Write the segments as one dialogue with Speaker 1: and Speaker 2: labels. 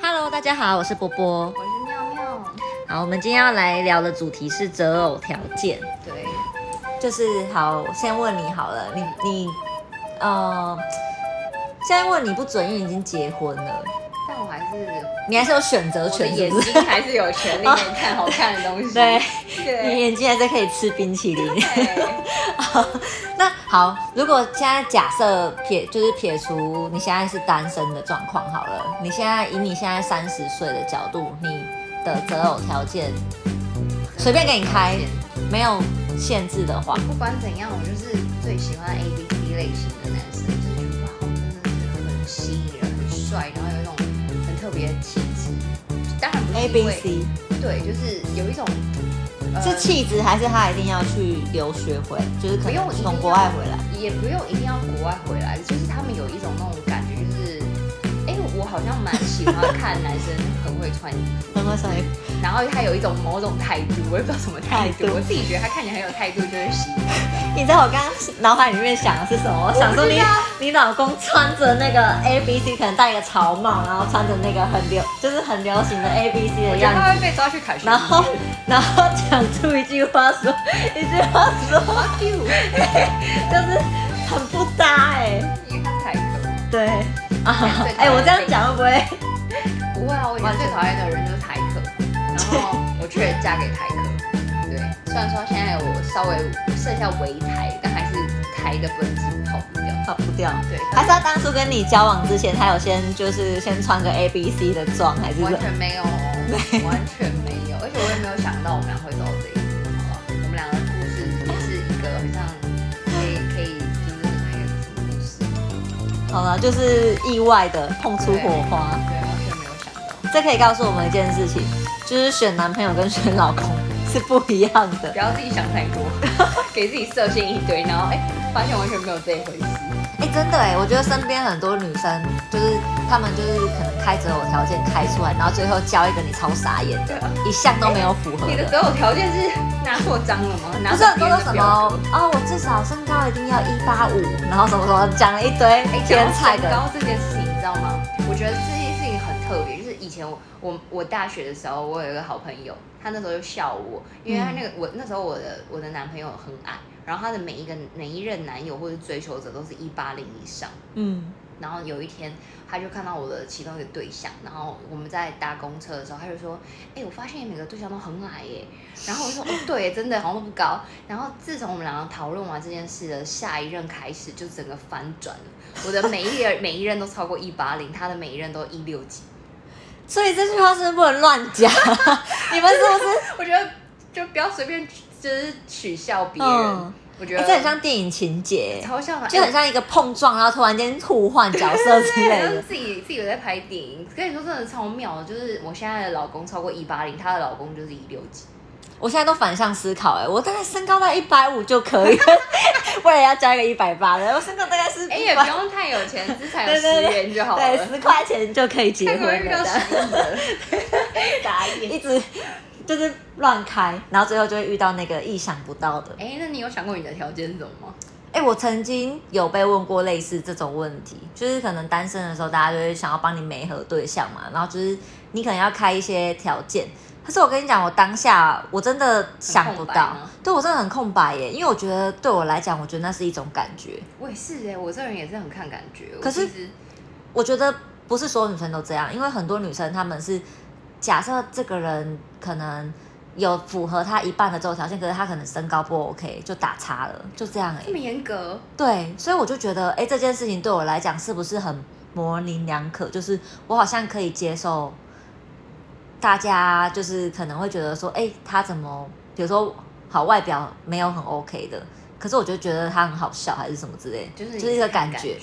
Speaker 1: Hello，大家好，我是波波。
Speaker 2: 我是妙妙。
Speaker 1: 好，我们今天要来聊的主题是择偶条件，
Speaker 2: 对，
Speaker 1: 就是好，我先问你好了，你你呃，现在问你不准，因为你已经结婚了，
Speaker 2: 但我还是
Speaker 1: 你还是有选择
Speaker 2: 我的
Speaker 1: 权，是
Speaker 2: 眼
Speaker 1: 不是？
Speaker 2: 睛还是有权利
Speaker 1: 哦
Speaker 2: 可以看好看的东 西。
Speaker 1: 对，你
Speaker 2: 对
Speaker 1: 眼睛还是可以吃冰淇淋。
Speaker 2: 对，
Speaker 1: 那好，如果现在假设撇就是撇除你现在是单身的状况好了，你现在以你现在三十岁的角度，你的择偶条件随便给你开，没有限制的话，
Speaker 2: 不管怎样，我就是最喜欢 A B C 类型的男生，就是觉得哇，真的是很吸引人，很帅，然后有一种很特别的气质。当然不是
Speaker 1: A
Speaker 2: 因
Speaker 1: B
Speaker 2: 为
Speaker 1: C
Speaker 2: 对，就是有一种、呃
Speaker 1: 是气质还是他一定要去留学回，就是可
Speaker 2: 不用
Speaker 1: 能
Speaker 2: 一定
Speaker 1: 从
Speaker 2: 要
Speaker 1: 国外回来？
Speaker 2: 也不用一定要国外回来，就是他们有一种那种感觉，就是哎、我好像蛮喜欢看男生很会穿衣服。
Speaker 1: 很会说
Speaker 2: 然后他有一种某种态度，我也不知道什么态度
Speaker 1: 态，度
Speaker 2: 我自己觉得他看起来很有态度，就是喜欢。
Speaker 1: 你知道我刚刚脑海里面想的是什么？我想说你
Speaker 2: 我不知道
Speaker 1: 你老公穿着那个 A B C，可能戴一个草帽，然后穿着那个很流就是很流行的 A B C
Speaker 2: 我
Speaker 1: 的
Speaker 2: 觉得他
Speaker 1: 样
Speaker 2: 会
Speaker 1: 子，
Speaker 2: 被抓去砍树。
Speaker 1: 然后然后讲出一句话说，一句话说
Speaker 2: fuck you，
Speaker 1: 就是很不搭哎、
Speaker 2: 因为他才可。
Speaker 1: 对啊
Speaker 2: 最讨厌，
Speaker 1: 哎、我这样讲会不会？
Speaker 2: 不会啊，我以前最讨厌的人就是台客，然后我却嫁给台客。对，虽然说现在我稍微剩下微台，但还是台的本质跑不掉。
Speaker 1: 跑不掉。
Speaker 2: 对，
Speaker 1: 还是他当初跟你交往之前，他有先就是先穿个 A B C 的妆，还是什
Speaker 2: 完
Speaker 1: 么？
Speaker 2: 全没 有哦，完全没有，而且我也没有想到我们俩会走到这一步，好吧？我们两个故事是一个很像可以可以就是很开心的故事，
Speaker 1: 好了，就是意外的碰出火花。
Speaker 2: 对，完全没有想到，
Speaker 1: 这可以告诉我们一件事情，就是选男朋友跟选老公是不一样的
Speaker 2: 不。要自己想太多， 给自己设限一堆，然后哎、发现完全没有这一回事，
Speaker 1: 哎、真的哎、我觉得身边很多女生，就是她们就是可能开择偶条件开出来，然后最后交一个你超傻眼的，
Speaker 2: 对啊。
Speaker 1: 一项都没有符合
Speaker 2: 你的
Speaker 1: 的。
Speaker 2: 择偶条件是拿错章了吗？拿
Speaker 1: 不是
Speaker 2: 错
Speaker 1: 很
Speaker 2: 别
Speaker 1: 多
Speaker 2: 人
Speaker 1: 都
Speaker 2: 的
Speaker 1: 什么
Speaker 2: 标准？
Speaker 1: 哦，我至少身高一定要一八五，然后什么什么讲了一堆
Speaker 2: 哎，讲
Speaker 1: 天
Speaker 2: 到
Speaker 1: 才
Speaker 2: 身
Speaker 1: 的，
Speaker 2: 高这件事情，你知道吗？我觉得这件事情很特别，就是以前我我我大学的时候，我有一个好朋友，他那时候就笑我，因为他
Speaker 1: 嗯
Speaker 2: 那个、我那时候我的我的男朋友很矮，然后他的每一个每一任男友或者追求者都是一八零以上。
Speaker 1: 嗯，
Speaker 2: 然后有一天，他就看到我的其中一个对象，然后我们在搭公车的时候，他就说：“哎、我发现你每个对象都很矮耶。” 然后我就说：“哦，对耶，真的好像都不高。”然后自从我们两个讨论完这件事的下一任开始，就整个翻转了。我的每一任每一任都超过一八零，他的每一任都一六几。
Speaker 1: 所以这句话是不能乱 讲， 你们是不是？
Speaker 2: 我觉得就不要随便就是取笑别人，
Speaker 1: 嗯
Speaker 2: 我觉
Speaker 1: 哎、
Speaker 2: 得、
Speaker 1: 这很像电影情节、
Speaker 2: 超像的，
Speaker 1: 就很像一个碰撞，然后突然间互换角色之类
Speaker 2: 对
Speaker 1: 的
Speaker 2: 就是。自己自己有在拍电影，可以说真的超妙的。就是我现在的老公超过一八零，她的老公就是一六 几。
Speaker 1: 我现在都反向思考、哎，我大概身高到一百五就可以了， 为了要交一个一百八的，我身高大概是
Speaker 2: 哎、
Speaker 1: 180
Speaker 2: 也不用太有钱，资产有十元就好
Speaker 1: 对
Speaker 2: 了。
Speaker 1: 十块钱就可以结
Speaker 2: 太
Speaker 1: 婚
Speaker 2: 可能遇到
Speaker 1: 了，
Speaker 2: 十亿的， 打
Speaker 1: 这样
Speaker 2: 野。
Speaker 1: 一直就是乱开，然后最后就会遇到那个意想不到的。
Speaker 2: 哎、那你有想过你的条件是什么吗？
Speaker 1: 哎、我曾经有被问过类似这种问题，就是可能单身的时候，大家就会想要帮你媒合对象嘛，然后就是你可能要开一些条件。可是我跟你讲，我当下我真的想不
Speaker 2: 很空白
Speaker 1: 到
Speaker 2: 吗，
Speaker 1: 对我真的很空白耶，因为我觉得对我来讲，我觉得那是一种感觉。
Speaker 2: 我也是哎、我这人也是很看感觉。我
Speaker 1: 可是
Speaker 2: 其实
Speaker 1: 我觉得不是所有女生都这样，因为很多女生她们是假设这个人可能有符合她一半的这种条件，可是她可能身高不 OK 就打叉了，就这样哎
Speaker 2: 这。么严格，
Speaker 1: 对，所以我就觉得，哎，这件事情对我来讲是不是很模棱两可？就是我好像可以接受，大家就是可能会觉得说，哎，他怎么，比如说好外表没有很 OK 的，可是我就觉得他很好笑还是什么之类，
Speaker 2: 就是你
Speaker 1: 就是一个
Speaker 2: 看感
Speaker 1: 感觉。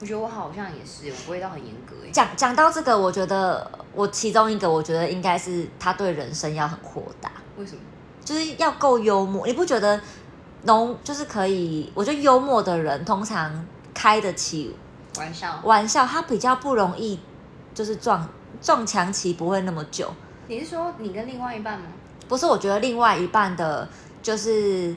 Speaker 2: 我觉得我好像也是，我不会到很严格哎、
Speaker 1: 讲讲到这个，我觉得我其中一个，我觉得应该是他对人生要很豁达，
Speaker 2: 为什么？
Speaker 1: 就是要够幽默。你不觉得浓就是可以？我觉得幽默的人通常开得起
Speaker 2: 玩笑。
Speaker 1: 玩笑，他比较不容易就是撞撞墙期不会那么久。
Speaker 2: 你是说你跟另外一半吗？
Speaker 1: 不是，我觉得另外一半的，就是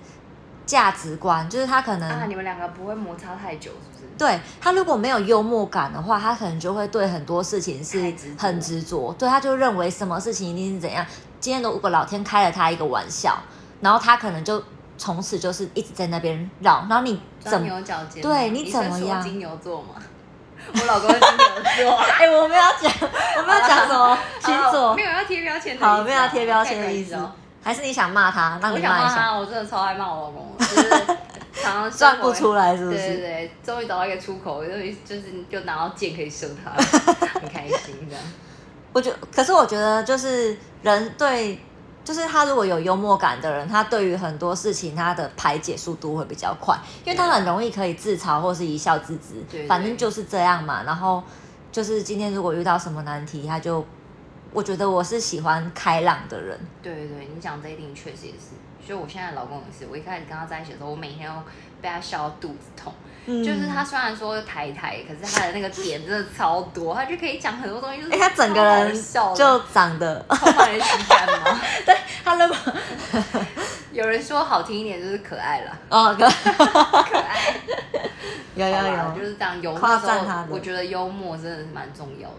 Speaker 1: 价值观，就是他可能、
Speaker 2: 啊，你们两个不会摩擦太久，是不是？
Speaker 1: 对他如果没有幽默感的话，他可能就会对很多事情是
Speaker 2: 太执着
Speaker 1: 很执着，对他就认为什么事情一定是怎样。今天如果老天开了他一个玩笑，然后他可能就从此就是一直在那边绕，然后你怎
Speaker 2: 钻
Speaker 1: 么？
Speaker 2: 牛角尖吗。
Speaker 1: 对你
Speaker 2: 是
Speaker 1: 怎么
Speaker 2: 说
Speaker 1: 样。
Speaker 2: 金牛座吗？ 我老公是金牛座
Speaker 1: 哎、我没有要讲，我没有讲什么星
Speaker 2: 好
Speaker 1: 座
Speaker 2: 没，有要贴标签的意思啊，
Speaker 1: 好，没有要贴标签的意
Speaker 2: 太
Speaker 1: 思
Speaker 2: 可惜了。
Speaker 1: 还是你想骂他，让
Speaker 2: 哦我
Speaker 1: 你
Speaker 2: 想
Speaker 1: 骂一
Speaker 2: 骂
Speaker 1: 下，
Speaker 2: 他，我真的超爱骂我老 公的，就是常常
Speaker 1: 转不出
Speaker 2: 来。
Speaker 1: 来是
Speaker 2: 对
Speaker 1: 不
Speaker 2: 对
Speaker 1: 是？
Speaker 2: 对，终于找到一个出口，就是就是就拿到剑可以射 他，很开心这样。
Speaker 1: 我觉，可是我觉得就是人对，就是他如果有幽默感的人，他对于很多事情他的排解速度会比较快，因为他很容易可以自嘲或是一笑置之，
Speaker 2: 对对
Speaker 1: 反正就是这样嘛。然后就是今天如果遇到什么难题，他就，我觉得我是喜欢开朗的人，
Speaker 2: 对对对，你讲这一点确实也是，就我现在的老公也是，我一开始跟他在一起的时候，我每天都被他笑到肚子痛。
Speaker 1: 嗯
Speaker 2: 就是他虽然说台台，可是他的那个点真的超多，他就可以讲很多东西，就是、
Speaker 1: 哎、他整个人
Speaker 2: 笑的
Speaker 1: 就长 得，
Speaker 2: 充满了喜感嘛。
Speaker 1: 对他如果
Speaker 2: 有人说好听一点就是可爱了，
Speaker 1: 哦，
Speaker 2: 可爱，
Speaker 1: 有有
Speaker 2: 好啦
Speaker 1: 有
Speaker 2: 就，是这样幽默。
Speaker 1: 夸赞他的
Speaker 2: 我觉得幽默真的是蛮重要的。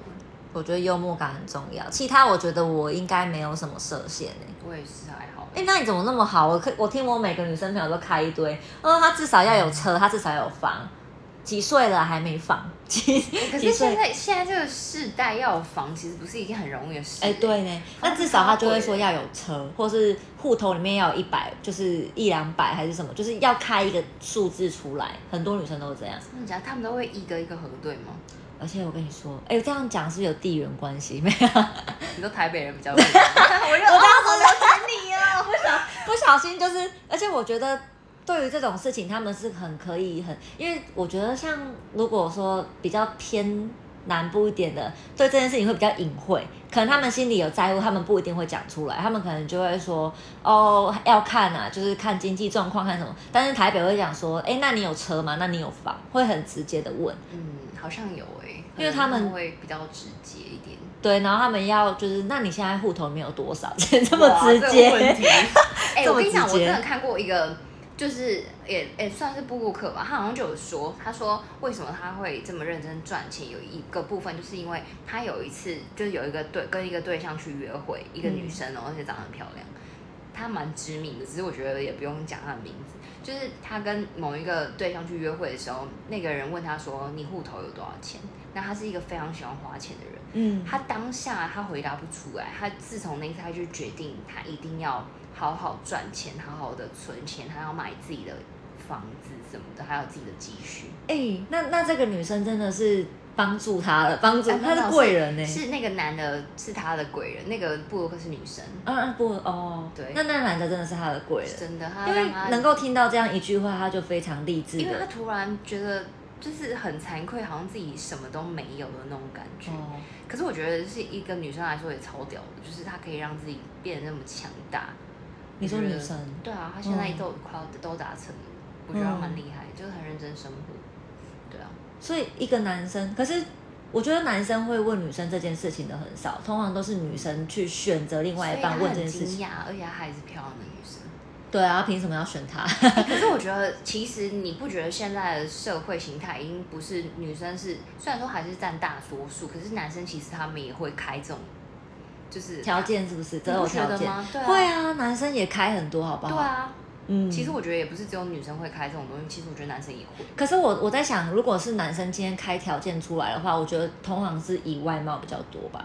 Speaker 1: 我觉得幽默感很重要。其他我觉得我应该没有什么设限诶、
Speaker 2: 我也是还好，
Speaker 1: 哎、那你怎么那么好？我可我听我每个女生朋友都开一堆，嗯，她至少要有车，她至少要有房，几岁了还没 房？几
Speaker 2: 欸可
Speaker 1: 几
Speaker 2: 是现
Speaker 1: 岁？
Speaker 2: 在现在这个世代要有房，其实不是一件很容易的事。欸
Speaker 1: 哎、对呢，那至少她就会说要有车，或是户头里面要有一百，就是一两百还是什么，就是要开一个数字出来。很多女生都是这样，
Speaker 2: 真的假的？他们都会一个一个核对吗？
Speaker 1: 而且我跟你说，哎、这样讲是不是有地缘关系？没有，
Speaker 2: 你说台北人比较会， 我就
Speaker 1: 我当
Speaker 2: 哦
Speaker 1: 时
Speaker 2: 好了解你哦。
Speaker 1: 不小心就是，而且我觉得对于这种事情，他们是很可以很，因为呃我觉得像如果说比较偏南部一点的，对这件事情会比较隐晦，可能他们心里有在乎，他们不一定会讲出来，他们可能就会说哦要看啊，就是看经济状况看什么，但是台北会讲说，哎，那你有车吗？那你有房？会很直接的问，
Speaker 2: 嗯，好像有哎、
Speaker 1: 因为他们
Speaker 2: 会比较直接一点，
Speaker 1: 对，然后他们要就是，那你现在户头里面有多少钱？这么直
Speaker 2: 哇这个问
Speaker 1: 接，
Speaker 2: 题
Speaker 1: 这
Speaker 2: 哎、
Speaker 1: 么
Speaker 2: 我跟你讲，
Speaker 1: 直
Speaker 2: 我
Speaker 1: 接
Speaker 2: 真的看过一个，就是也也算是布鲁克吧，他好像就有说，他说为什么他会这么认真赚钱，有一个部分就是因为他有一次就是有一个对跟一个对象去约会，一个
Speaker 1: 嗯
Speaker 2: 女生哦、而且长得很漂亮。她蛮知名的，只是我觉得也不用讲她的名字。就是她跟某一个对象去约会的时候，那个人问她说：“你户头有多少钱？”那她是一个非常喜欢花钱的人，
Speaker 1: 嗯，
Speaker 2: 他当下他回答不出来，他自从那一次他就决定，他一定要好好赚钱，好好的存钱，他要买自己的房子什么的，还有自己的积蓄。
Speaker 1: 哎、那那这个女生真的是帮助他了，帮助
Speaker 2: 哎
Speaker 1: 哦他是贵人呢、
Speaker 2: 是那个男的，是他的贵人，那个布鲁克是女生，
Speaker 1: 嗯嗯不哦，
Speaker 2: 对
Speaker 1: 那那男的真的是他的贵人，
Speaker 2: 真的，他
Speaker 1: 因
Speaker 2: 让
Speaker 1: 为
Speaker 2: 他
Speaker 1: 能，够听到这样一句话，他就非常励志
Speaker 2: 因为他
Speaker 1: 的。
Speaker 2: 突然觉得就是很惭愧，好像自己什么都没有的那种感觉。
Speaker 1: 哦，
Speaker 2: 可是我觉得是一个女生来说也超屌的，就是她可以让自己变得那么强大。
Speaker 1: 你说
Speaker 2: 我觉
Speaker 1: 女
Speaker 2: 得
Speaker 1: 生，
Speaker 2: 对啊，他现在
Speaker 1: 嗯
Speaker 2: 都快要都达成了，我觉得他
Speaker 1: 嗯
Speaker 2: 蛮厉害，就是很认真生活。对啊，
Speaker 1: 所以一个男生，可是我觉得男生会问女生这件事情的很少，通常都是女生去选择另
Speaker 2: 所
Speaker 1: 外
Speaker 2: 以
Speaker 1: 一
Speaker 2: 他
Speaker 1: 半问这
Speaker 2: 很
Speaker 1: 件事
Speaker 2: 惊
Speaker 1: 情。
Speaker 2: 讶，而且她还是漂亮的女生。
Speaker 1: 对啊，凭什么要选他？
Speaker 2: 欸可是我觉得，其实你不觉得现在的社会形态已经不是女生是，虽然说还是占大多数，可是男生其实他们也会开这种，就 是
Speaker 1: 条。件是不是
Speaker 2: 你
Speaker 1: 择
Speaker 2: 不
Speaker 1: 偶
Speaker 2: 觉
Speaker 1: 条
Speaker 2: 得
Speaker 1: 件？
Speaker 2: 吗？对啊，
Speaker 1: 会啊，男生也开很多，好不
Speaker 2: 对
Speaker 1: 好？
Speaker 2: 啊。
Speaker 1: 嗯，
Speaker 2: 其实我觉得也不是只有女生会开这种东西，其实我觉得男生也会。
Speaker 1: 可是我我在想，如果是男生今天开条件出来的话，我觉得通常是以外貌比较多吧。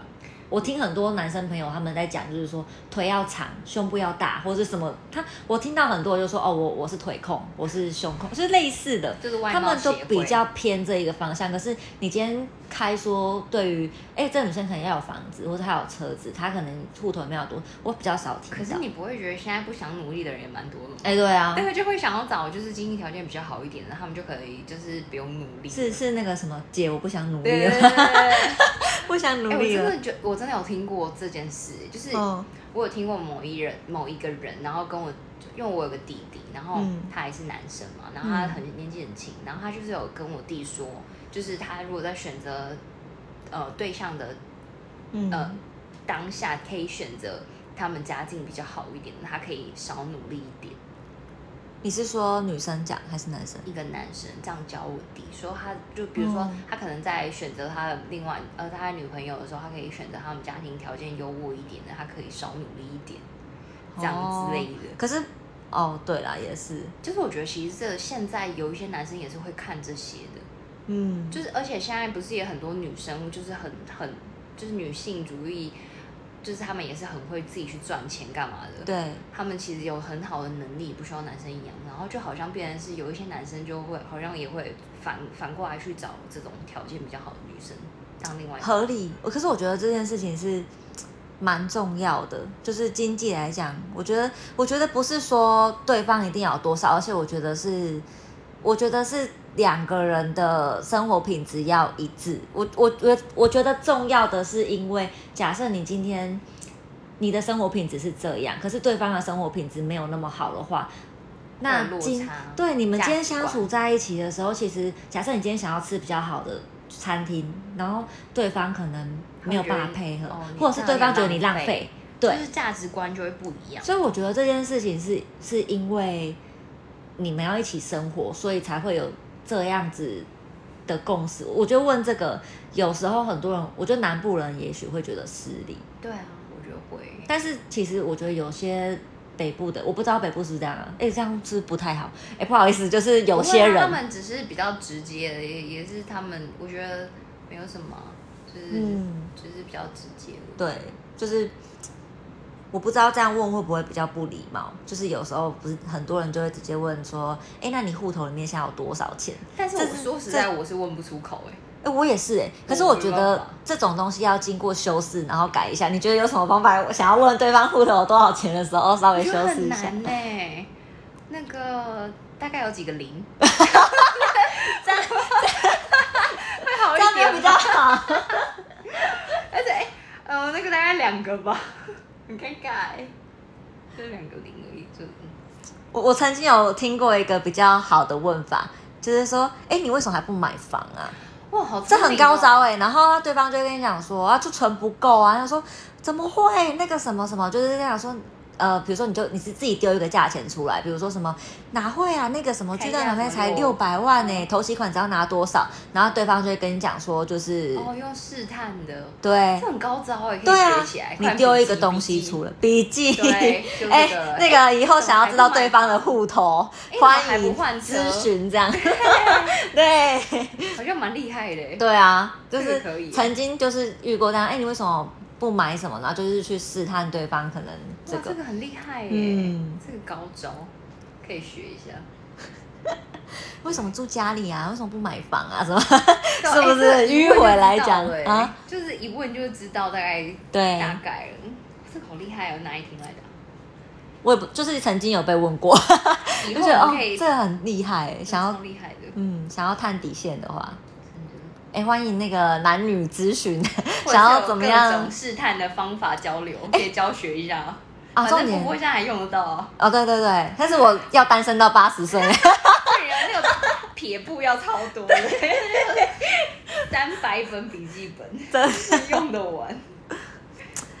Speaker 1: 我听很多男生朋友他们在讲，就是说腿要长，胸部要大，或者什么。他我听到很多就说哦，我我是腿控，我是胸控，呃就是类似的。
Speaker 2: 就是外
Speaker 1: 他
Speaker 2: 貌
Speaker 1: 们
Speaker 2: 协
Speaker 1: 都
Speaker 2: 会
Speaker 1: 比较偏这一个方向。可是你今天开说，对于哎、这女生可能要有房子，或者她有车子，她可能户头没有多，我比较少
Speaker 2: 可
Speaker 1: 听
Speaker 2: 是
Speaker 1: 到。
Speaker 2: 你不会觉得现在不想努力的人也蛮多的吗？
Speaker 1: 哎、对啊
Speaker 2: 那，个就会想要找就是经济条件比较好一点的，他们就可以就是不用努力。
Speaker 1: 是是那个什么姐，我不想努
Speaker 2: 对，
Speaker 1: 力
Speaker 2: 对对
Speaker 1: 了，
Speaker 2: 对对
Speaker 1: 不想努
Speaker 2: 哎，我
Speaker 1: 力
Speaker 2: 真
Speaker 1: 了。
Speaker 2: 的觉我真的有听过这件事，就是
Speaker 1: 嗯
Speaker 2: 我有听过某一人某一个人，然后跟我，因为我有个弟弟，然后
Speaker 1: 嗯
Speaker 2: 他也是男生嘛，然后他很年纪很轻，然后他就是有跟我弟说，就是他如果在选择呃对象的
Speaker 1: 嗯
Speaker 2: 呃当下，可以选择他们家境比较好一点的，他可以少努力一点。
Speaker 1: 你是说女生讲还是男生？
Speaker 2: 一个男生这样教我弟，说他就比如说
Speaker 1: 嗯
Speaker 2: 他可能在选择他的另外呃他的女朋友的时候，他可以选择他们家庭条件优渥一点的，他可以少努力一点，这样之类的。
Speaker 1: 可是哦，对啦，也是，
Speaker 2: 就是我觉得其实这现在有一些男生也是会看这些的，
Speaker 1: 嗯，
Speaker 2: 就是而且现在不是也很多女生就是很很就是女性主义，就是他们也是很会自己去赚钱干嘛的。
Speaker 1: 对，
Speaker 2: 他们其实有很好的能力，不需要男生一样。然后就好像变成是有一些男生就会好像也会反反过来去找这种条件比较好的女生当另外一个
Speaker 1: 合理。可是我觉得这件事情是蛮重要的，就是经济来讲，我觉得，我觉得不是说对方一定要有多少，而且我觉得是，我觉得是两个人的生活品质要一致。我我我我觉得重要的是，因为假设你今天你的生活品质是这样，可是对方的生活品质没有那么好的话。那
Speaker 2: 会有落
Speaker 1: 今
Speaker 2: 差
Speaker 1: 对你们今天
Speaker 2: 价值
Speaker 1: 相
Speaker 2: 观
Speaker 1: 处在一起的时候，其实假设你今天想要吃比较好的餐厅，然后对方可能没有办法配合，
Speaker 2: 他们觉得你哦
Speaker 1: 或者是对方觉得你浪
Speaker 2: 你这样也
Speaker 1: 费
Speaker 2: 浪，
Speaker 1: 对
Speaker 2: 就，是价值观就会不一样。
Speaker 1: 所以我觉得这件事情是是因为你们要一起生活，所以才会有这样子的共识。我就问这个，有时候很多人，我觉得南部人也许会觉得失礼，
Speaker 2: 对啊，我觉得会。
Speaker 1: 但是其实我觉得有些。北部的我不知道北部是不是这样啊，哎、这样是不是不太好，哎、不好意思，就是有些
Speaker 2: 不会啊他
Speaker 1: 人，
Speaker 2: 们只是比较直接的，也也是他们，我觉得没有什么，就是、
Speaker 1: 嗯
Speaker 2: 就是比较直接的。
Speaker 1: 对，就是我不知道这样问会不会比较不礼貌。就是有时候不是很多人就会直接问说：“哎，那你户头里面现在有多少钱
Speaker 2: 但是
Speaker 1: 这
Speaker 2: 我
Speaker 1: 是
Speaker 2: 说实在，我是问不出口哎、？”
Speaker 1: 哎，我也是哎、可是
Speaker 2: 我
Speaker 1: 我
Speaker 2: 没
Speaker 1: 觉
Speaker 2: 办
Speaker 1: 得
Speaker 2: 法
Speaker 1: 这种东西要经过修饰，然后改一下。你觉得有什么方法？我想要问对方户头有多少钱的时候，稍微
Speaker 2: 我觉
Speaker 1: 修
Speaker 2: 得
Speaker 1: 饰
Speaker 2: 很
Speaker 1: 一下。
Speaker 2: 难呢、那个大概有几 个零，
Speaker 1: 这样
Speaker 2: 会好
Speaker 1: 这
Speaker 2: 一
Speaker 1: 样没有
Speaker 2: 点
Speaker 1: 比
Speaker 2: 吗
Speaker 1: 较好。
Speaker 2: 而且，哎呃，那个大概两个吧，很尴尬、欸，就两个零而已，就嗯
Speaker 1: 我我曾经有听过一个比较好的问法，就是说：“哎，你为什么还不买房啊？”
Speaker 2: 哇，好、哦
Speaker 1: 这很高招，哎、然后对方就会跟你讲说啊，就存不够啊，他说怎么会那个什么什么，就是跟他讲说。呃，比如说你就你是自己丢一个价钱出来，比如说什么哪会啊，那个什么
Speaker 2: 开
Speaker 1: 巨蛋
Speaker 2: 价
Speaker 1: 场面
Speaker 2: 什
Speaker 1: 才
Speaker 2: 么
Speaker 1: 六
Speaker 2: 六
Speaker 1: 百万呢、
Speaker 2: 嗯
Speaker 1: 投期款只要拿多少，然后对方就会跟你讲说，就是、
Speaker 2: 哦，用试探的，
Speaker 1: 对
Speaker 2: 这很高招哎、欸，可
Speaker 1: 对啊
Speaker 2: 以学起来，，
Speaker 1: 你
Speaker 2: 快
Speaker 1: 丢
Speaker 2: 笔
Speaker 1: 一个
Speaker 2: 记
Speaker 1: 东西出，来，笔记，
Speaker 2: 对就
Speaker 1: 哎、
Speaker 2: 这个
Speaker 1: 那个以后
Speaker 2: 怎么
Speaker 1: 想要
Speaker 2: 还
Speaker 1: 知
Speaker 2: 不
Speaker 1: 道
Speaker 2: 买
Speaker 1: 对方的
Speaker 2: 房
Speaker 1: 户头，
Speaker 2: 哎怎么还
Speaker 1: 欢
Speaker 2: 不
Speaker 1: 迎
Speaker 2: 换车
Speaker 1: 咨询 这样，对。
Speaker 2: 笔记好像蛮厉害的、欸，
Speaker 1: 对啊，就
Speaker 2: 这
Speaker 1: 是
Speaker 2: 个可以
Speaker 1: 曾经就是遇过这样，哎、你为什么不买什么？然后就是去试探对方可能这
Speaker 2: 哇，
Speaker 1: 个，
Speaker 2: 这个很厉害耶、欸
Speaker 1: 嗯
Speaker 2: 这个高招可以学一下，
Speaker 1: 为什么住家里啊？为什么不买房啊？ 什么？
Speaker 2: 对
Speaker 1: 是不
Speaker 2: 哎
Speaker 1: 是
Speaker 2: 这个一问
Speaker 1: 迂回
Speaker 2: 就
Speaker 1: 来
Speaker 2: 知道
Speaker 1: 讲
Speaker 2: 了欸
Speaker 1: 啊？哎
Speaker 2: 就是一问就知道大概
Speaker 1: 对，
Speaker 2: 大概了，嗯这个好厉害哦，哪里听来的啊？
Speaker 1: 我也不就是曾经有被问过，
Speaker 2: 以
Speaker 1: 就
Speaker 2: 后
Speaker 1: 觉得
Speaker 2: 我
Speaker 1: 哦
Speaker 2: 们可以，
Speaker 1: 这个很厉害，
Speaker 2: 这
Speaker 1: 想要
Speaker 2: 超厉害的，
Speaker 1: 嗯想要探底线的话，
Speaker 2: 真的。
Speaker 1: 哎、欢迎那个男女咨询，
Speaker 2: 或者
Speaker 1: 想
Speaker 2: 是
Speaker 1: 要
Speaker 2: 有
Speaker 1: 怎么
Speaker 2: 各
Speaker 1: 样
Speaker 2: 种？试探的方法交流，可以教学一下。
Speaker 1: 啊，
Speaker 2: 反
Speaker 1: 重
Speaker 2: 正不过
Speaker 1: 点
Speaker 2: 现在还用得 到啊。
Speaker 1: 哦，对对对，但是我要单身到八十岁，
Speaker 2: 对啊，那个撇步要超多的，三百本笔记 本
Speaker 1: 真的。
Speaker 2: 用得完。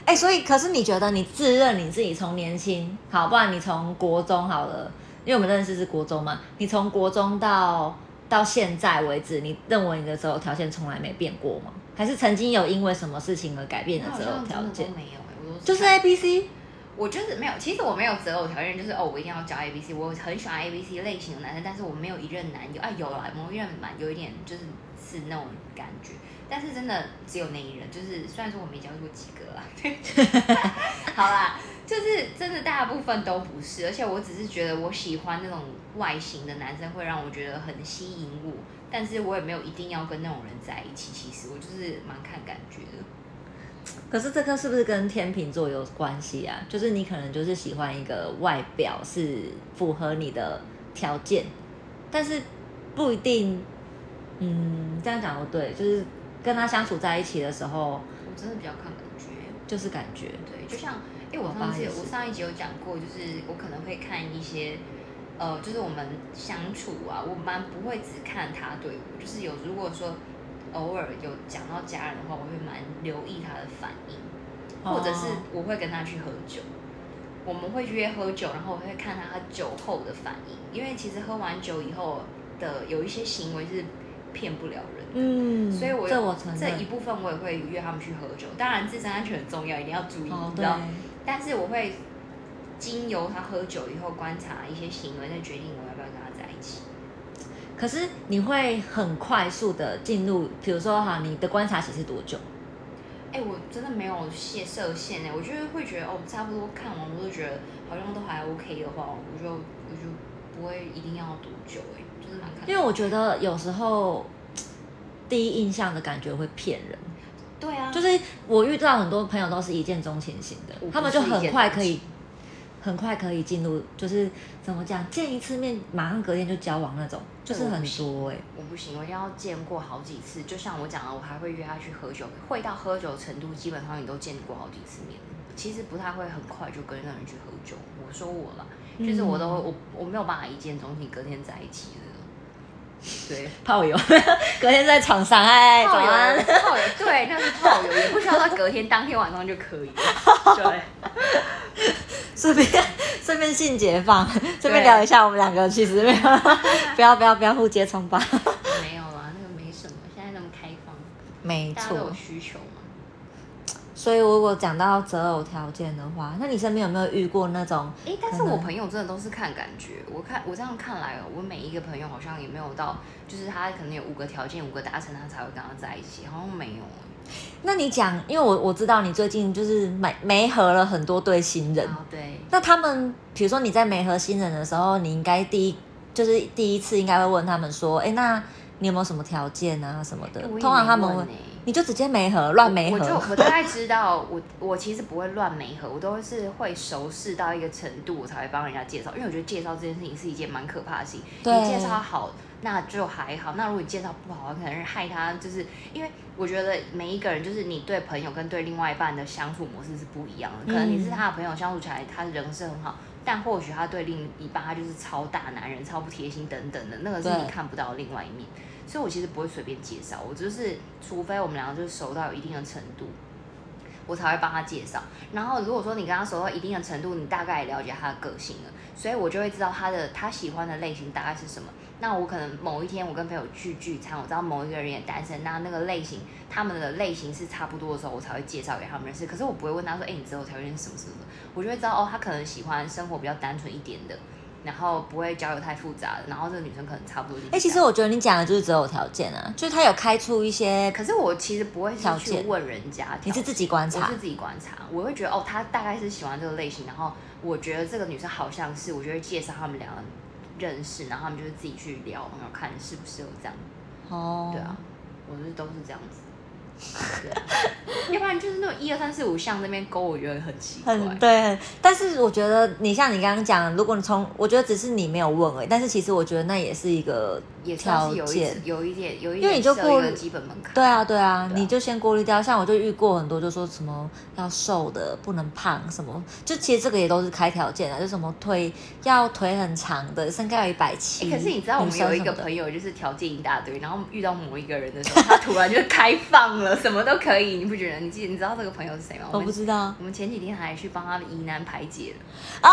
Speaker 1: 哎、所以可是你觉得你自认你自己从年轻好，不然你从国中好了，因为我们认识是国中嘛，你从国中到到现在为止，你认为你的择偶条件从来没变过吗？还是曾经有因为什么事情而改 变你的择偶条件？
Speaker 2: 没有、我
Speaker 1: 就是 A B C，
Speaker 2: 我就是没有，其实我没有择偶条件，就是哦，我一定要交 A B C，我很喜欢 A B C 类型的男生，但是我没有一任男友，啊有啦，某一任蛮有一点就是是那种感觉，但是真的只有那一任，就是虽然说我没交过几个啦， 好啦，就是真的大部分都不是，而且我只是觉得我喜欢那种外形的男生会让我觉得很吸引我，但是我也没有一定要跟那种人在一起，其实我就是蛮看感觉的。
Speaker 1: 可是这个是不是跟天秤座有关系啊？就是你可能就是喜欢一个外表是符合你的条件，但是不一定，嗯，这样讲不对，就是跟他相处在一起的时候，
Speaker 2: 我真的比较看感觉。
Speaker 1: 就是感觉，
Speaker 2: 对，就像因为我
Speaker 1: 好吧
Speaker 2: 上次
Speaker 1: 也
Speaker 2: 有
Speaker 1: 是
Speaker 2: 我上一集有讲过，就是我可能会看一些，呃，就是我们相处啊，我蛮不会只看他对我，就是有如果说偶尔有讲到家人的话，我会蛮留意他的反应，或者是
Speaker 1: 哦
Speaker 2: 我会跟他去喝酒，我们会约喝酒，然后我会看他酒后的反应，因为其实喝完酒以后的有一些行为是骗不了人的。
Speaker 1: 嗯，
Speaker 2: 所以我
Speaker 1: 这我承
Speaker 2: 这
Speaker 1: 认
Speaker 2: 一部分我也会约他们去喝酒，当然自身安全很重要，一定要注意，
Speaker 1: 哦
Speaker 2: 你知
Speaker 1: 对
Speaker 2: 道。但是我会经由他喝酒以后观察一些行为，再决定我要不要跟他在一起。
Speaker 1: 可是你会很快速的进入，比如说哈，你的观察期是多久？
Speaker 2: 哎、我真的没有限设限哎、我就是会觉得哦，差不多看完我都觉得好像都还 OK 的话，我就我就不会一定要多久哎、就是蛮看。
Speaker 1: 因为我觉得有时候第一印象的感觉会骗人，
Speaker 2: 对啊，
Speaker 1: 就是我遇到很多朋友都是一见钟情型的
Speaker 2: 我不，是
Speaker 1: 他们就很快可
Speaker 2: 一见
Speaker 1: 以，很快可以进入，就是怎么讲，见一次面马上隔天就交往那种，就是很多哎、
Speaker 2: 我不行，我一定要见过好几次。就像我讲的，我还会约他去喝酒，会到喝酒程度，基本上你都见过好几次面了。其实不太会很快就跟那人去喝酒。我说我啦，就是我都
Speaker 1: 嗯
Speaker 2: 我我没有办法一见钟情，隔天在一起的。 对，
Speaker 1: 炮友，隔天在床上哎，早
Speaker 2: 炮友啊
Speaker 1: 安，
Speaker 2: 炮友，对，那是炮友，也不需要到隔天，当天晚上就可以 了。对，
Speaker 1: 顺便顺便性解放，顺便聊一下我们两个其实没有， 不要不要不要互揭穿吧，
Speaker 2: 没有啦，那个没什么，现在那么开放，
Speaker 1: 没
Speaker 2: 大家都
Speaker 1: 错
Speaker 2: 有。需求嘛。
Speaker 1: 所以如果讲到择偶条件的话，那你身边有没有遇过那种？
Speaker 2: 哎、但是
Speaker 1: 可能
Speaker 2: 我朋友真的都是看感觉，我看我这样看来哦，我每一个朋友好像也没有到，就是他可能有五个条件，五个达成，他才会跟他在一起，好像没有欸。
Speaker 1: 那你讲，因为我我知道你最近就是没没合了很多对新人，
Speaker 2: 啊，对，
Speaker 1: 那他们比如说你在没合新人的时候，你应该第一就是第一次应该会问他们说，哎、那你有没有什么条件啊什么的？
Speaker 2: 诶哎我也
Speaker 1: 通常他们
Speaker 2: 没
Speaker 1: 会
Speaker 2: 问欸
Speaker 1: 你就直接没合，乱没
Speaker 2: 我就
Speaker 1: 合。
Speaker 2: 我大概知道，我我其实不会乱媒合，我都是会熟识到一个程度，我才会帮人家介绍。因为我觉得介绍这件事情是一件蛮可怕的事情。
Speaker 1: 对
Speaker 2: 你介绍好，那就还好；那如果你介绍不好，可能是害他，就是因为我觉得每一个人就是你对朋友跟对另外一半的相处模式是不一样的。可能你是他的朋友，相处起来他人是很好。但或许他对另一半，他就是超大男人、超不贴心等等的，那个是你
Speaker 1: 对
Speaker 2: 看不到的另外一面。所以我其实不会随便介绍，我就是除非我们两个就是熟到有一定的程度，我才会帮他介绍。然后如果说你跟他熟到一定的程度，你大概也了解他的个性了，所以我就会知道他的他喜欢的类型大概是什么。那我可能某一天我跟朋友去聚餐，我知道某一个人也单身，那那个类型他们的类型是差不多的时候，我才会介绍给他们认识。可是我不会问他说，哎、你之后条件是什么什么什么，我就会知道哦，他可能喜欢生活比较单纯一点的。然后不会交友太复杂的，然后这个女生可能差不多就是这样。
Speaker 1: 哎、其实我觉得你讲的就是择偶条件啊，就是他有开出一些，
Speaker 2: 可是我其实不会是
Speaker 1: 条
Speaker 2: 去
Speaker 1: 件
Speaker 2: 问人家
Speaker 1: 你
Speaker 2: 条件，
Speaker 1: 是自己观
Speaker 2: 我
Speaker 1: 察
Speaker 2: 是，自己观察，我会觉得哦，她大概是喜欢这个类型，然后我觉得这个女生好像是，我就会介绍他们两个认识，然后他们就是自己去聊，然后看适不适合这样。
Speaker 1: 哦，
Speaker 2: 对啊，，我就是都是这样子。对啊要不然就是那种一二三四五项那边勾，我觉得很奇怪。
Speaker 1: 很对，很但是我觉得你像你刚刚讲，如果你从，我觉得只是你没有问而已，但是其实我觉得那也是一个
Speaker 2: 也算
Speaker 1: 条
Speaker 2: 是有一
Speaker 1: 件
Speaker 2: 次，有一点有一
Speaker 1: 因为
Speaker 2: 点
Speaker 1: 你就
Speaker 2: 设
Speaker 1: 过
Speaker 2: 一个
Speaker 1: 了
Speaker 2: 基本门槛。
Speaker 1: 对啊，对啊，
Speaker 2: 对啊
Speaker 1: 你就先过滤掉。像我就遇过很多，就说什么要瘦的，不能胖，什么就其实这个也都是开条件啊，就什么腿要腿很长的，身高要一百七。
Speaker 2: 欸可是你知道我们有一
Speaker 1: 女生
Speaker 2: 个
Speaker 1: 什么的
Speaker 2: 朋友，就是条件一大堆，然后遇到某一个人的时候，他突然就开放了，什么都可以，你不觉得？你记你知道这个朋友是谁吗？
Speaker 1: 我
Speaker 2: 们
Speaker 1: 不知道，
Speaker 2: 我们前几天还去帮他的疑难排解了。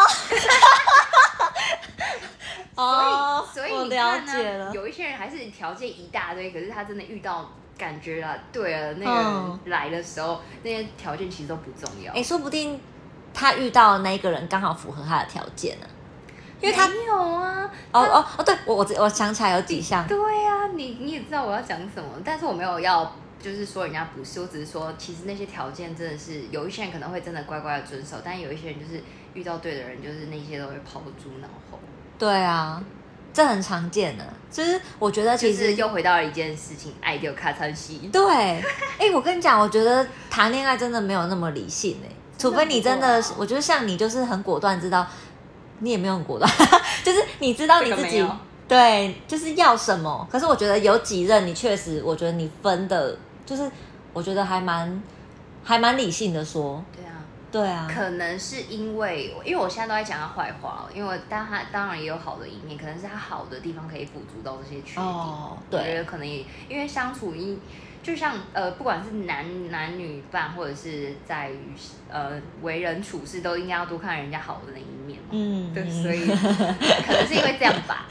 Speaker 1: 哦，
Speaker 2: 所以
Speaker 1: 我
Speaker 2: 你
Speaker 1: 了
Speaker 2: 看呢、
Speaker 1: 解了。
Speaker 2: 有一些人还是条件一大堆，可是他真的遇到感觉了，对了，那个
Speaker 1: 嗯
Speaker 2: 人来的时候，那些条件其实都不重要。
Speaker 1: 哎，说不定他遇到的那一个人刚好符合他的条件呢、因为他
Speaker 2: 没有啊，
Speaker 1: 哦哦哦，对我我只我想起来有几项，
Speaker 2: 对啊，你你也知道我要讲什么，但是我没有要就是说人家不是，我只是说其实那些条件真的是有一些人可能会真的乖乖的遵守，但有一些人就是遇到对的人，就是那些都会抛诸脑后。
Speaker 1: 对啊，这很常见的、就是我觉得
Speaker 2: 就
Speaker 1: 其实
Speaker 2: 是又回到了一件事情，爱丢卡餐西。
Speaker 1: 对，哎、我跟你讲，我觉得谈恋爱真的没有那么理性哎、除非你真的
Speaker 2: 真的不会啊，
Speaker 1: 我觉得像你就是很果断，知道你也没有很果断， 就是你知道你自
Speaker 2: 这个没
Speaker 1: 己
Speaker 2: 有
Speaker 1: 对，就是要什么。可是我觉得有几任你确实，我觉得你分的，就是我觉得还蛮还蛮理性的说，
Speaker 2: 对啊，
Speaker 1: 对啊，
Speaker 2: 可能是因为，因为我现在都在讲他坏话哦，因为但他当然也有好的一面，可能是他好的地方可以补足到这些缺点。
Speaker 1: 哦，
Speaker 2: 我觉
Speaker 1: 对，
Speaker 2: 得可能也因为相处一就像呃，不管是男男女伴，或者是在于呃为人处事，都应该要多看人家好的那一面嘛。
Speaker 1: 嗯，
Speaker 2: 对，
Speaker 1: 嗯
Speaker 2: 所以可能是因为这样 吧，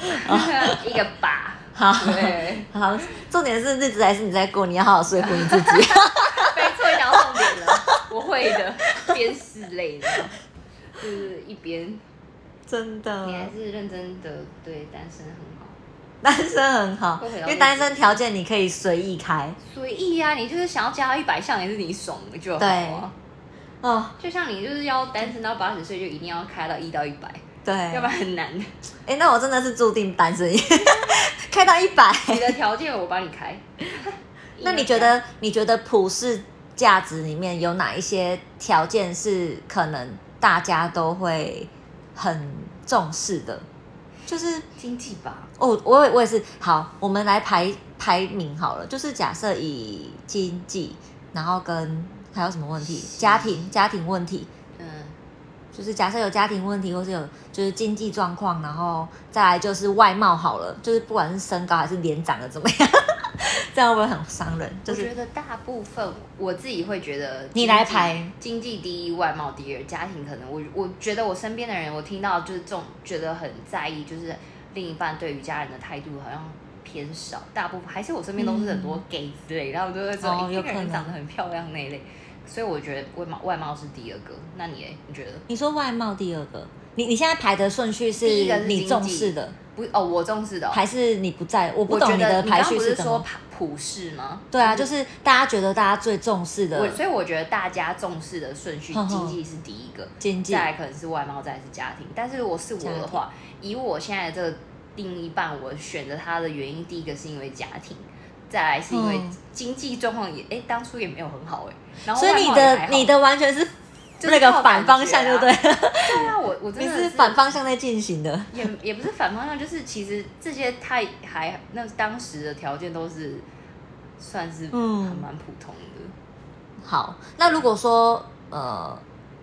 Speaker 2: 一个吧。
Speaker 1: 好
Speaker 2: 对，
Speaker 1: 好，重点是日子还是你在过，你要好好说服你自己。
Speaker 2: 没错，讲到重点了，我会的，边拭泪的，就是一边，
Speaker 1: 真的
Speaker 2: 你还是认真的对单身很好。
Speaker 1: 单身很好，因为单身条件你可以随意开
Speaker 2: 随意啊，你就是想要加到一百项也是你爽的就好、啊。
Speaker 1: 哦。
Speaker 2: 就像你就是要单身到八十岁，就一定要开到一到一百，
Speaker 1: 对，
Speaker 2: 要不然 很难。
Speaker 1: 哎、那我真的是注定单身， 开到一百。
Speaker 2: 你的条件我帮你开。
Speaker 1: 那你 觉得你觉得普世价值里面有哪一些条件是可能大家都会很重视的？就是
Speaker 2: 经济吧？
Speaker 1: 哦，我也我也是。好，我们来排排名好了，就是假设以经济，然后跟还有什么问题？家庭家庭问题，
Speaker 2: 嗯，
Speaker 1: 就是假设有家庭问题，或是有就是经济状况，然后再来就是外貌好了，就是不管是身高还是脸长得怎么样， 这样会不会很伤人？就
Speaker 2: 我
Speaker 1: 是
Speaker 2: 觉得大部分我自己会觉得经济，
Speaker 1: 你来排
Speaker 2: 经济第一，外貌第二，家庭可能我我觉得我身边的人，我听到就是这种觉得很在意，就是另一半对于家人的态度好像。偏少，大部分还是我身边都是很多 gay 之类，然后都会说，
Speaker 1: 嗯哦
Speaker 2: 诶
Speaker 1: 有
Speaker 2: 这个
Speaker 1: 可
Speaker 2: 人
Speaker 1: 能
Speaker 2: 长得很漂亮那一类，所以我觉得外貌外貌是第二个。那你嘞你觉得？
Speaker 1: 你说外貌第二个，你你现在排的顺序是
Speaker 2: 第一个是经济
Speaker 1: 你重视的，
Speaker 2: 不哦，我重视的、哦。
Speaker 1: 还是你不在？我不
Speaker 2: 我觉
Speaker 1: 懂
Speaker 2: 得
Speaker 1: 的
Speaker 2: 你
Speaker 1: 排
Speaker 2: 刚
Speaker 1: 序
Speaker 2: 不
Speaker 1: 是什
Speaker 2: 说
Speaker 1: 么。
Speaker 2: 普普世吗？
Speaker 1: 对啊，就是大家觉得大家最重视的
Speaker 2: 我，所以我觉得大家重视的顺序，
Speaker 1: 哼哼
Speaker 2: 经济是第一个，
Speaker 1: 经济
Speaker 2: 再来可能是外貌，再来是家庭。但是如果是我的话，以我现在的这个定义办，我选择它的原因，第一个是因为家庭，再来是因为
Speaker 1: 嗯
Speaker 2: 经济状况也，哎、当初也没有很好哎、然后
Speaker 1: 所以你
Speaker 2: 外貌也还
Speaker 1: 的
Speaker 2: 好
Speaker 1: 你的完全是
Speaker 2: 就是
Speaker 1: 那个
Speaker 2: 靠
Speaker 1: 反方向，
Speaker 2: 感
Speaker 1: 对
Speaker 2: 觉
Speaker 1: 不
Speaker 2: 啊
Speaker 1: 对？
Speaker 2: 对啊，我我 真
Speaker 1: 你
Speaker 2: 的
Speaker 1: 是反方向在进行的。
Speaker 2: 也也不是反方向，就是其实这些太还那当时的条件都是算是
Speaker 1: 嗯
Speaker 2: 还蛮普通的。
Speaker 1: 好，那如果说呃，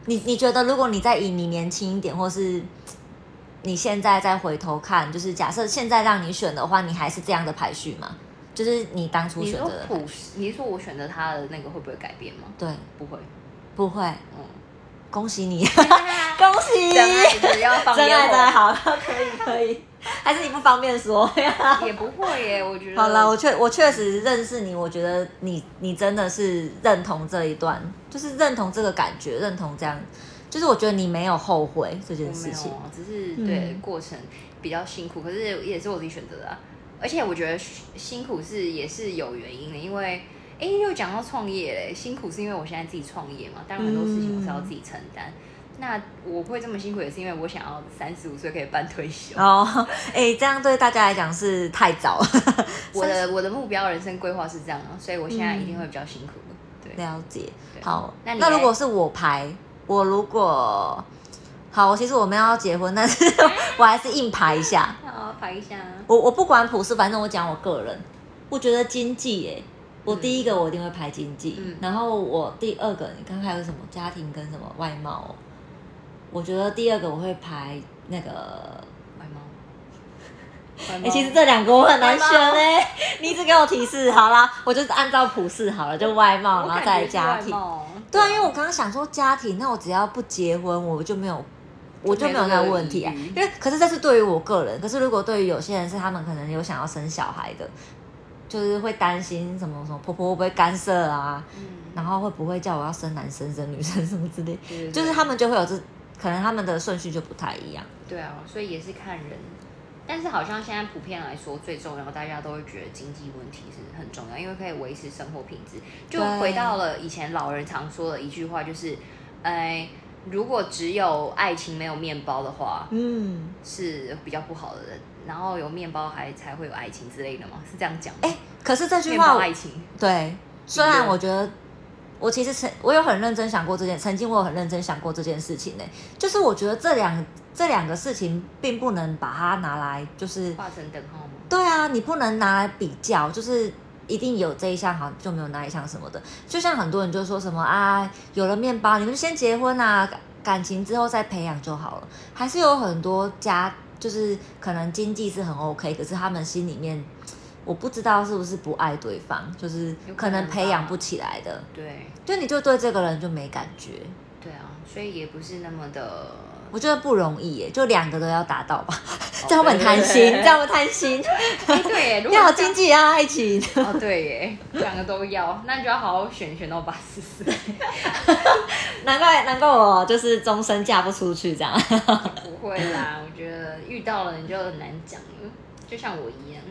Speaker 1: 你你觉得如果你再以你年轻一点，或是你现在再回头看，就是假设现在让你选的话，你还是这样的排序吗？就是你当初
Speaker 2: 你
Speaker 1: 选
Speaker 2: 说
Speaker 1: 择的排
Speaker 2: 普，你说我选择他的那个会不会改变吗？
Speaker 1: 对，
Speaker 2: 不会，
Speaker 1: 不会，
Speaker 2: 嗯。
Speaker 1: 恭喜你，
Speaker 2: 真
Speaker 1: 恭 喜，
Speaker 2: 爱的要放
Speaker 1: 真
Speaker 2: 烟
Speaker 1: 爱
Speaker 2: 火
Speaker 1: 真爱，好，可以可以， 还是你不方便 说呀？
Speaker 2: 也不会耶，我觉得。
Speaker 1: 好了，我确我确实认识你，我觉得你你真的是认同这一段，就是认同这个感觉，认同这样，就是我觉得你没有后悔这
Speaker 2: 我
Speaker 1: 件
Speaker 2: 没
Speaker 1: 事情
Speaker 2: 有。啊，只是
Speaker 1: 嗯
Speaker 2: 对过程比较辛苦，可是也是我自己选择的、啊。而且我觉得辛苦是也是有原因的，因为哎，又讲到创业嘞，辛苦是因为我现在自己创业嘛，当然很多事情我是要自己承担。
Speaker 1: 嗯
Speaker 2: 那我会这么辛苦，也是因为我想要三十五岁可以办退 休。
Speaker 1: 哦，哎、这样对大家来讲是太早 了。
Speaker 2: 我的我的目标人生规划是这样啊，所以我现
Speaker 1: 嗯
Speaker 2: 在一定会比较辛苦的。对，
Speaker 1: 了解，
Speaker 2: 对
Speaker 1: 好，
Speaker 2: 那你
Speaker 1: 如
Speaker 2: 嘞
Speaker 1: 果是我排，我如果好，其实我们要结婚，但是 我还是硬排一下。
Speaker 2: 好，排一下啊。
Speaker 1: 我我不管普世，反正我讲我个人，我觉得经济、哎，我
Speaker 2: 嗯
Speaker 1: 第一个我一定会排经济，
Speaker 2: 嗯
Speaker 1: 然后我第二个，你刚才有什么家庭跟什么外貌哦、我觉得第二个我会排那个
Speaker 2: 外貌。外
Speaker 1: 哎、
Speaker 2: 貌
Speaker 1: 其实这两个我很难选
Speaker 2: 嗯外貌
Speaker 1: 哎、 你一直给我提示，好啦，我就是按照普世好了，就外貌，
Speaker 2: 我
Speaker 1: 然后
Speaker 2: 感
Speaker 1: 再来
Speaker 2: 觉是
Speaker 1: 家
Speaker 2: 外
Speaker 1: 庭。
Speaker 2: 貌
Speaker 1: 对啊，因为我刚刚想说家庭，那我只要不结婚，我就没有，我就没有那个问题啊。
Speaker 2: 就没有这个疑虑
Speaker 1: 因为可是这是对于我个人，可是如果对于有些人是他们可能有想要生小孩的，就是会担心什么什么婆婆会不会干涉啊，
Speaker 2: 嗯，
Speaker 1: 然后会不会叫我要生男生生女生什么之类，
Speaker 2: 对对对
Speaker 1: 就是他们就会有这，可能他们的顺序就不太一样。
Speaker 2: 对啊，所以也是看人。但是好像现在普遍来说，最重要，大家都会觉得经济问题是很重要，因为可以维持生活品质。就
Speaker 1: 对
Speaker 2: 回到了以前老人常说的一句话，就是，哎、如果只有爱情没有面包的话，
Speaker 1: 嗯，
Speaker 2: 是比较不好的。然后有面包还才会有爱情之类的嘛，是这样讲吗？
Speaker 1: 哎、可是这句
Speaker 2: 面
Speaker 1: 话
Speaker 2: 包
Speaker 1: 我
Speaker 2: 爱情，
Speaker 1: 对，虽然我觉得我其实曾我有很认真想过这件，曾经我有很认真想过这件事情呢、就是我觉得这两这两个事情并不能把它拿来，就是
Speaker 2: 画成等号吗？
Speaker 1: 对啊，你不能拿来比较，就是。一定有这一项好就没有那一项什么的，就像很多人就说什么啊，有了面包你们就先结婚啊，感感情之后再培养就好了。还是有很多家就是可能经济是很 OK，可是他们心里面我不知道是不是不爱对方，就是
Speaker 2: 有可
Speaker 1: 可
Speaker 2: 能
Speaker 1: 能培养
Speaker 2: 吧
Speaker 1: 不起来的，
Speaker 2: 对
Speaker 1: 就你就对这个人就没感觉。
Speaker 2: 对啊，所以也不是那么的，
Speaker 1: 我觉得不容易耶，就两个都要达到吧，
Speaker 2: 哦
Speaker 1: 这样我很贪
Speaker 2: 对对
Speaker 1: 心，
Speaker 2: 对
Speaker 1: 这样我贪心，
Speaker 2: 哎对耶，如 果
Speaker 1: 要有
Speaker 2: 这
Speaker 1: 经
Speaker 2: 样
Speaker 1: 济也要爱情。
Speaker 2: 哦，对耶，两个都要，那你就要好好选，选到八十 岁，
Speaker 1: 难怪难怪我就是终身嫁不出去这 样。
Speaker 2: 不会啦，我觉得遇到了你就很难讲了，就像我一样，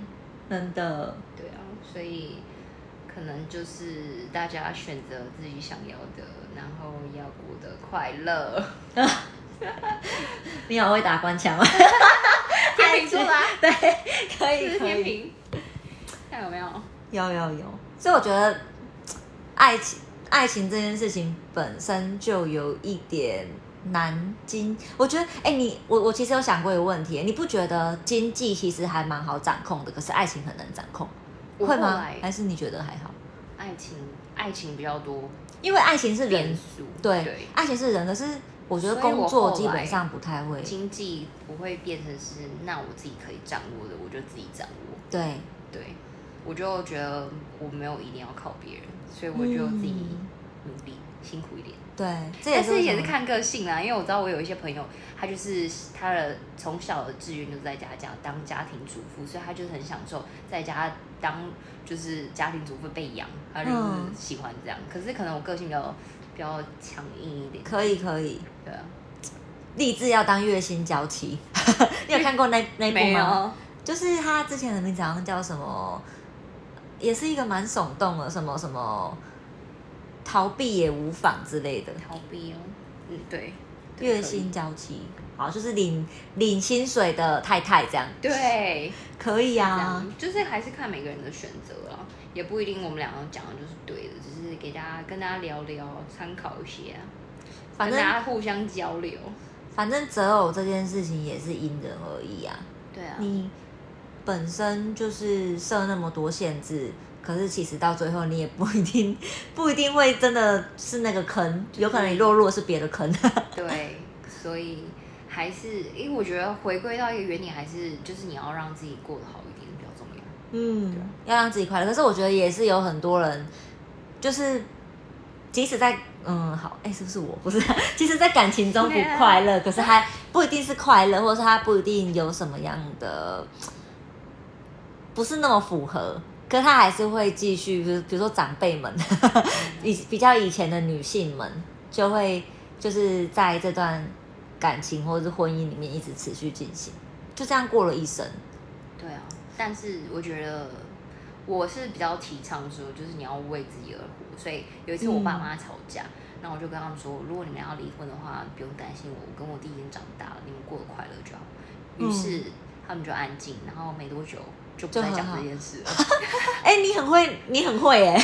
Speaker 1: 真的，
Speaker 2: 对啊，所以可能就是大家选择自己想要的，然后要过得快乐，
Speaker 1: 你好会打官腔啊！
Speaker 2: 天平出来，
Speaker 1: 对， 可
Speaker 2: 这
Speaker 1: 以
Speaker 2: 是
Speaker 1: 可
Speaker 2: 天
Speaker 1: 以，
Speaker 2: 平，看有没有？
Speaker 1: 有有有。所以我觉得爱情爱情这件事情本身就有一点难经。我觉得，哎、你我我其实有想过一个问题，你不觉得经济其实还蛮好掌控的，可是爱情很难掌控，
Speaker 2: 我
Speaker 1: 会
Speaker 2: 后
Speaker 1: 吗
Speaker 2: 来？
Speaker 1: 还是你觉得还好？
Speaker 2: 爱情，爱情比较多
Speaker 1: 因为爱情是
Speaker 2: 变
Speaker 1: 人，
Speaker 2: 数，
Speaker 1: 对，
Speaker 2: 对
Speaker 1: 爱情是人，可是我觉得
Speaker 2: 所以
Speaker 1: 工
Speaker 2: 我
Speaker 1: 作
Speaker 2: 后
Speaker 1: 基
Speaker 2: 来
Speaker 1: 本上不太会，
Speaker 2: 经济不会变成是那我自己可以掌握的，我就自己掌握。
Speaker 1: 对。
Speaker 2: 对，我就觉得我没有一定要靠别人，所以我就自己
Speaker 1: 嗯
Speaker 2: 努力、辛苦一点。
Speaker 1: 对，这也
Speaker 2: 但
Speaker 1: 是
Speaker 2: 是
Speaker 1: 为
Speaker 2: 也
Speaker 1: 什
Speaker 2: 是
Speaker 1: 么
Speaker 2: 看个性啦，因为我知道我有一些朋友，他就是他的从小的志愿就在家家当家庭主妇，所以他就是很享受在家当就是家庭主妇被养，他就是
Speaker 1: 嗯
Speaker 2: 喜欢这样。可是可能我个性比较比较强硬一点，
Speaker 1: 可以可以，
Speaker 2: 对啊，
Speaker 1: 立志要当月薪娇妻。 你有看过那那一
Speaker 2: 没
Speaker 1: 部吗？
Speaker 2: 有，
Speaker 1: 就是他之前的名字好像叫什么，也是一个蛮耸动的，什么什么逃避也无妨之类的。
Speaker 2: 逃避哦，嗯，对，对
Speaker 1: 月
Speaker 2: 可以
Speaker 1: 薪娇妻，好，就是领领薪水的太太这样，
Speaker 2: 对。
Speaker 1: 可以
Speaker 2: 这
Speaker 1: 啊
Speaker 2: 样。就是还是看每个人的选择啦，也不一定我们两个讲的就是对的，只是给大家跟大家聊聊，参考一些、啊，
Speaker 1: 反
Speaker 2: 跟大
Speaker 1: 正
Speaker 2: 家互相交流。
Speaker 1: 反正择偶这件事情也是因人而异啊。
Speaker 2: 对啊，
Speaker 1: 你本身就是设那么多限制，可是其实到最后你也不一定 不一定会真的是那个坑，
Speaker 2: 就是
Speaker 1: 有可能你落入的是别的坑。
Speaker 2: 对，所以还是因为我觉得回归到一个原点，还是就是你要让自己过得好一点比较重要。
Speaker 1: 嗯
Speaker 2: 对啊，
Speaker 1: 要让自己快乐。可是我觉得也是有很多人，就是即使在嗯好，哎、是不是我不是？ 即使在感情中不快乐，可是他不一定是快乐，或者是他不一定有什么样的，不是那么符合。可是他还是会继续，比如比如说长辈们， 以比较以前的女性们，就会就是在这段感情或者是婚姻里面一直持续进行，就这样过了一生。
Speaker 2: 对啊，但是我觉得我是比较提倡说，就是你要为自己而活。所以有一次我
Speaker 1: 嗯
Speaker 2: 爸妈吵架，然后我就跟他们说，如果你们要离婚的话，不用担心我，我跟我弟已经长大了，你们过得快乐就好。于是、他们就安静，然后没多久就
Speaker 1: 嗯
Speaker 2: 不
Speaker 1: 就
Speaker 2: 再
Speaker 1: 和
Speaker 2: 讲
Speaker 1: 好
Speaker 2: 这件事了。
Speaker 1: 哎、你很会，你很会哎、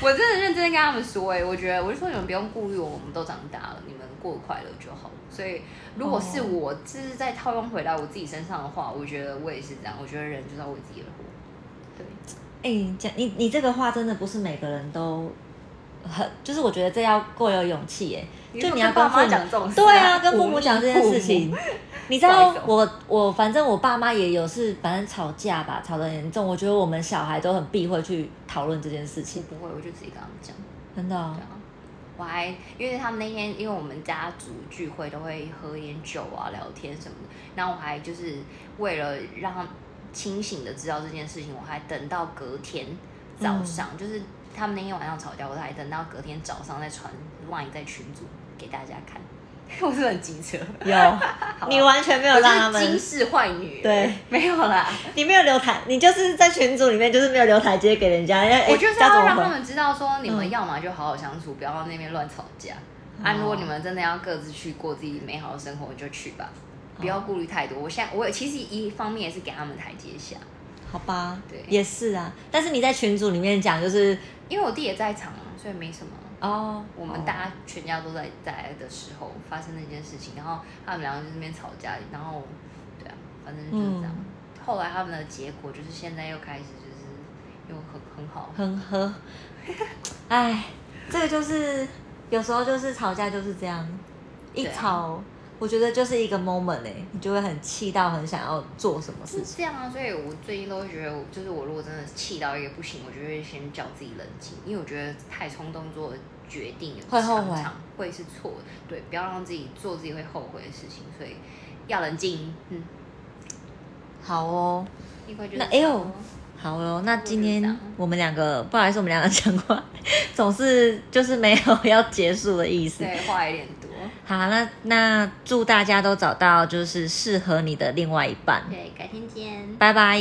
Speaker 2: 我真的认真地跟他们说、欸，哎，我觉得我就说你们不用顾虑我，我们都长大了，你们过得快乐就好。所以如果是
Speaker 1: 哦
Speaker 2: 我，就是在套用回来我自己身上的话，我觉得我也是这样。我觉得人就是要为自己而活。对。
Speaker 1: 哎、你讲你你这个话真的不是每个人都很，就是我觉得这要够有勇气耶。就你要跟
Speaker 2: 跟爸
Speaker 1: 父
Speaker 2: 妈
Speaker 1: 母
Speaker 2: 讲这种事、
Speaker 1: 对啊，跟父母讲这件事
Speaker 2: 忤逆
Speaker 1: 情
Speaker 2: 父母，，
Speaker 1: 你知道
Speaker 2: 不好意思哦
Speaker 1: 我我反正我爸妈也有是反正吵架吧，吵得很严重。我觉得我们小孩都很避讳去讨论这件事
Speaker 2: 我
Speaker 1: 情，
Speaker 2: 不会，我就自己跟他们讲。
Speaker 1: 真的哦、
Speaker 2: 对啊，我还因为他们那天，因为我们家族聚会都会喝一点酒啊、聊天什么的，然后我还就是为了让他清醒的知道这件事情，我还等到隔天早上，
Speaker 1: 嗯
Speaker 2: 就是他们那天晚上吵架，我还等到隔天早上再传 line 在群组给大家看。 我是不是很机车，啊
Speaker 1: 有，你完全没有
Speaker 2: 我
Speaker 1: 让他
Speaker 2: 就是惊
Speaker 1: 们，
Speaker 2: 世坏女。
Speaker 1: 对，
Speaker 2: 没有啦。
Speaker 1: 你没有留台，你就是在群组里面就是没有留台阶给人家，人家哎
Speaker 2: 我就是
Speaker 1: 家怎
Speaker 2: 要
Speaker 1: 么
Speaker 2: 让他
Speaker 1: 回？
Speaker 2: 们知道说，你们
Speaker 1: 嗯
Speaker 2: 要么就好好相处，不要那边乱吵架。啊，
Speaker 1: 哦
Speaker 2: 如果你们真的要各自去过自己美好的生活，就去吧，
Speaker 1: 哦
Speaker 2: 不要顾虑太多。我现在我其实一方面也是给他们台阶下，
Speaker 1: 好吧，
Speaker 2: 对
Speaker 1: 也是啊。但是你在群组里面讲就是
Speaker 2: 因为我弟也在场啊，所以没什么。
Speaker 1: 哦，
Speaker 2: 我
Speaker 1: 哦
Speaker 2: 们大家全家都在在的时候发生那件事情，然后他们两个就在那边吵架，然后对啊，反正就是这样。
Speaker 1: 嗯
Speaker 2: 后来他们的结果就是现在又开始就是又很很好，
Speaker 1: 很 和，哎，这个就是有时候就是吵架就是这样，一
Speaker 2: 对啊
Speaker 1: 吵我觉得就是一个 moment 哎、你就会很气到很想要做什么事
Speaker 2: 是
Speaker 1: 情。
Speaker 2: 这样啊，所以我最近都会觉得我，就是我如果真的气到一个不行，我就会先叫自己冷静，因为我觉得太冲动做的决定
Speaker 1: 会后悔
Speaker 2: 常常会是错的，对，不要让自己做自己会后悔的事情，所以要冷静，嗯，
Speaker 1: 好哦，
Speaker 2: 一块就
Speaker 1: 那
Speaker 2: 是这样
Speaker 1: 哎呦
Speaker 2: 哦
Speaker 1: 好哦，那今
Speaker 2: 我觉
Speaker 1: 天
Speaker 2: 得
Speaker 1: 我们两个不好意思，我们两个讲话 总是就是没有要结束的意思。
Speaker 2: 对，话有点多，
Speaker 1: 好，那那祝大家都找到就是适合你的另外一半，
Speaker 2: 对，改天见，
Speaker 1: 拜拜。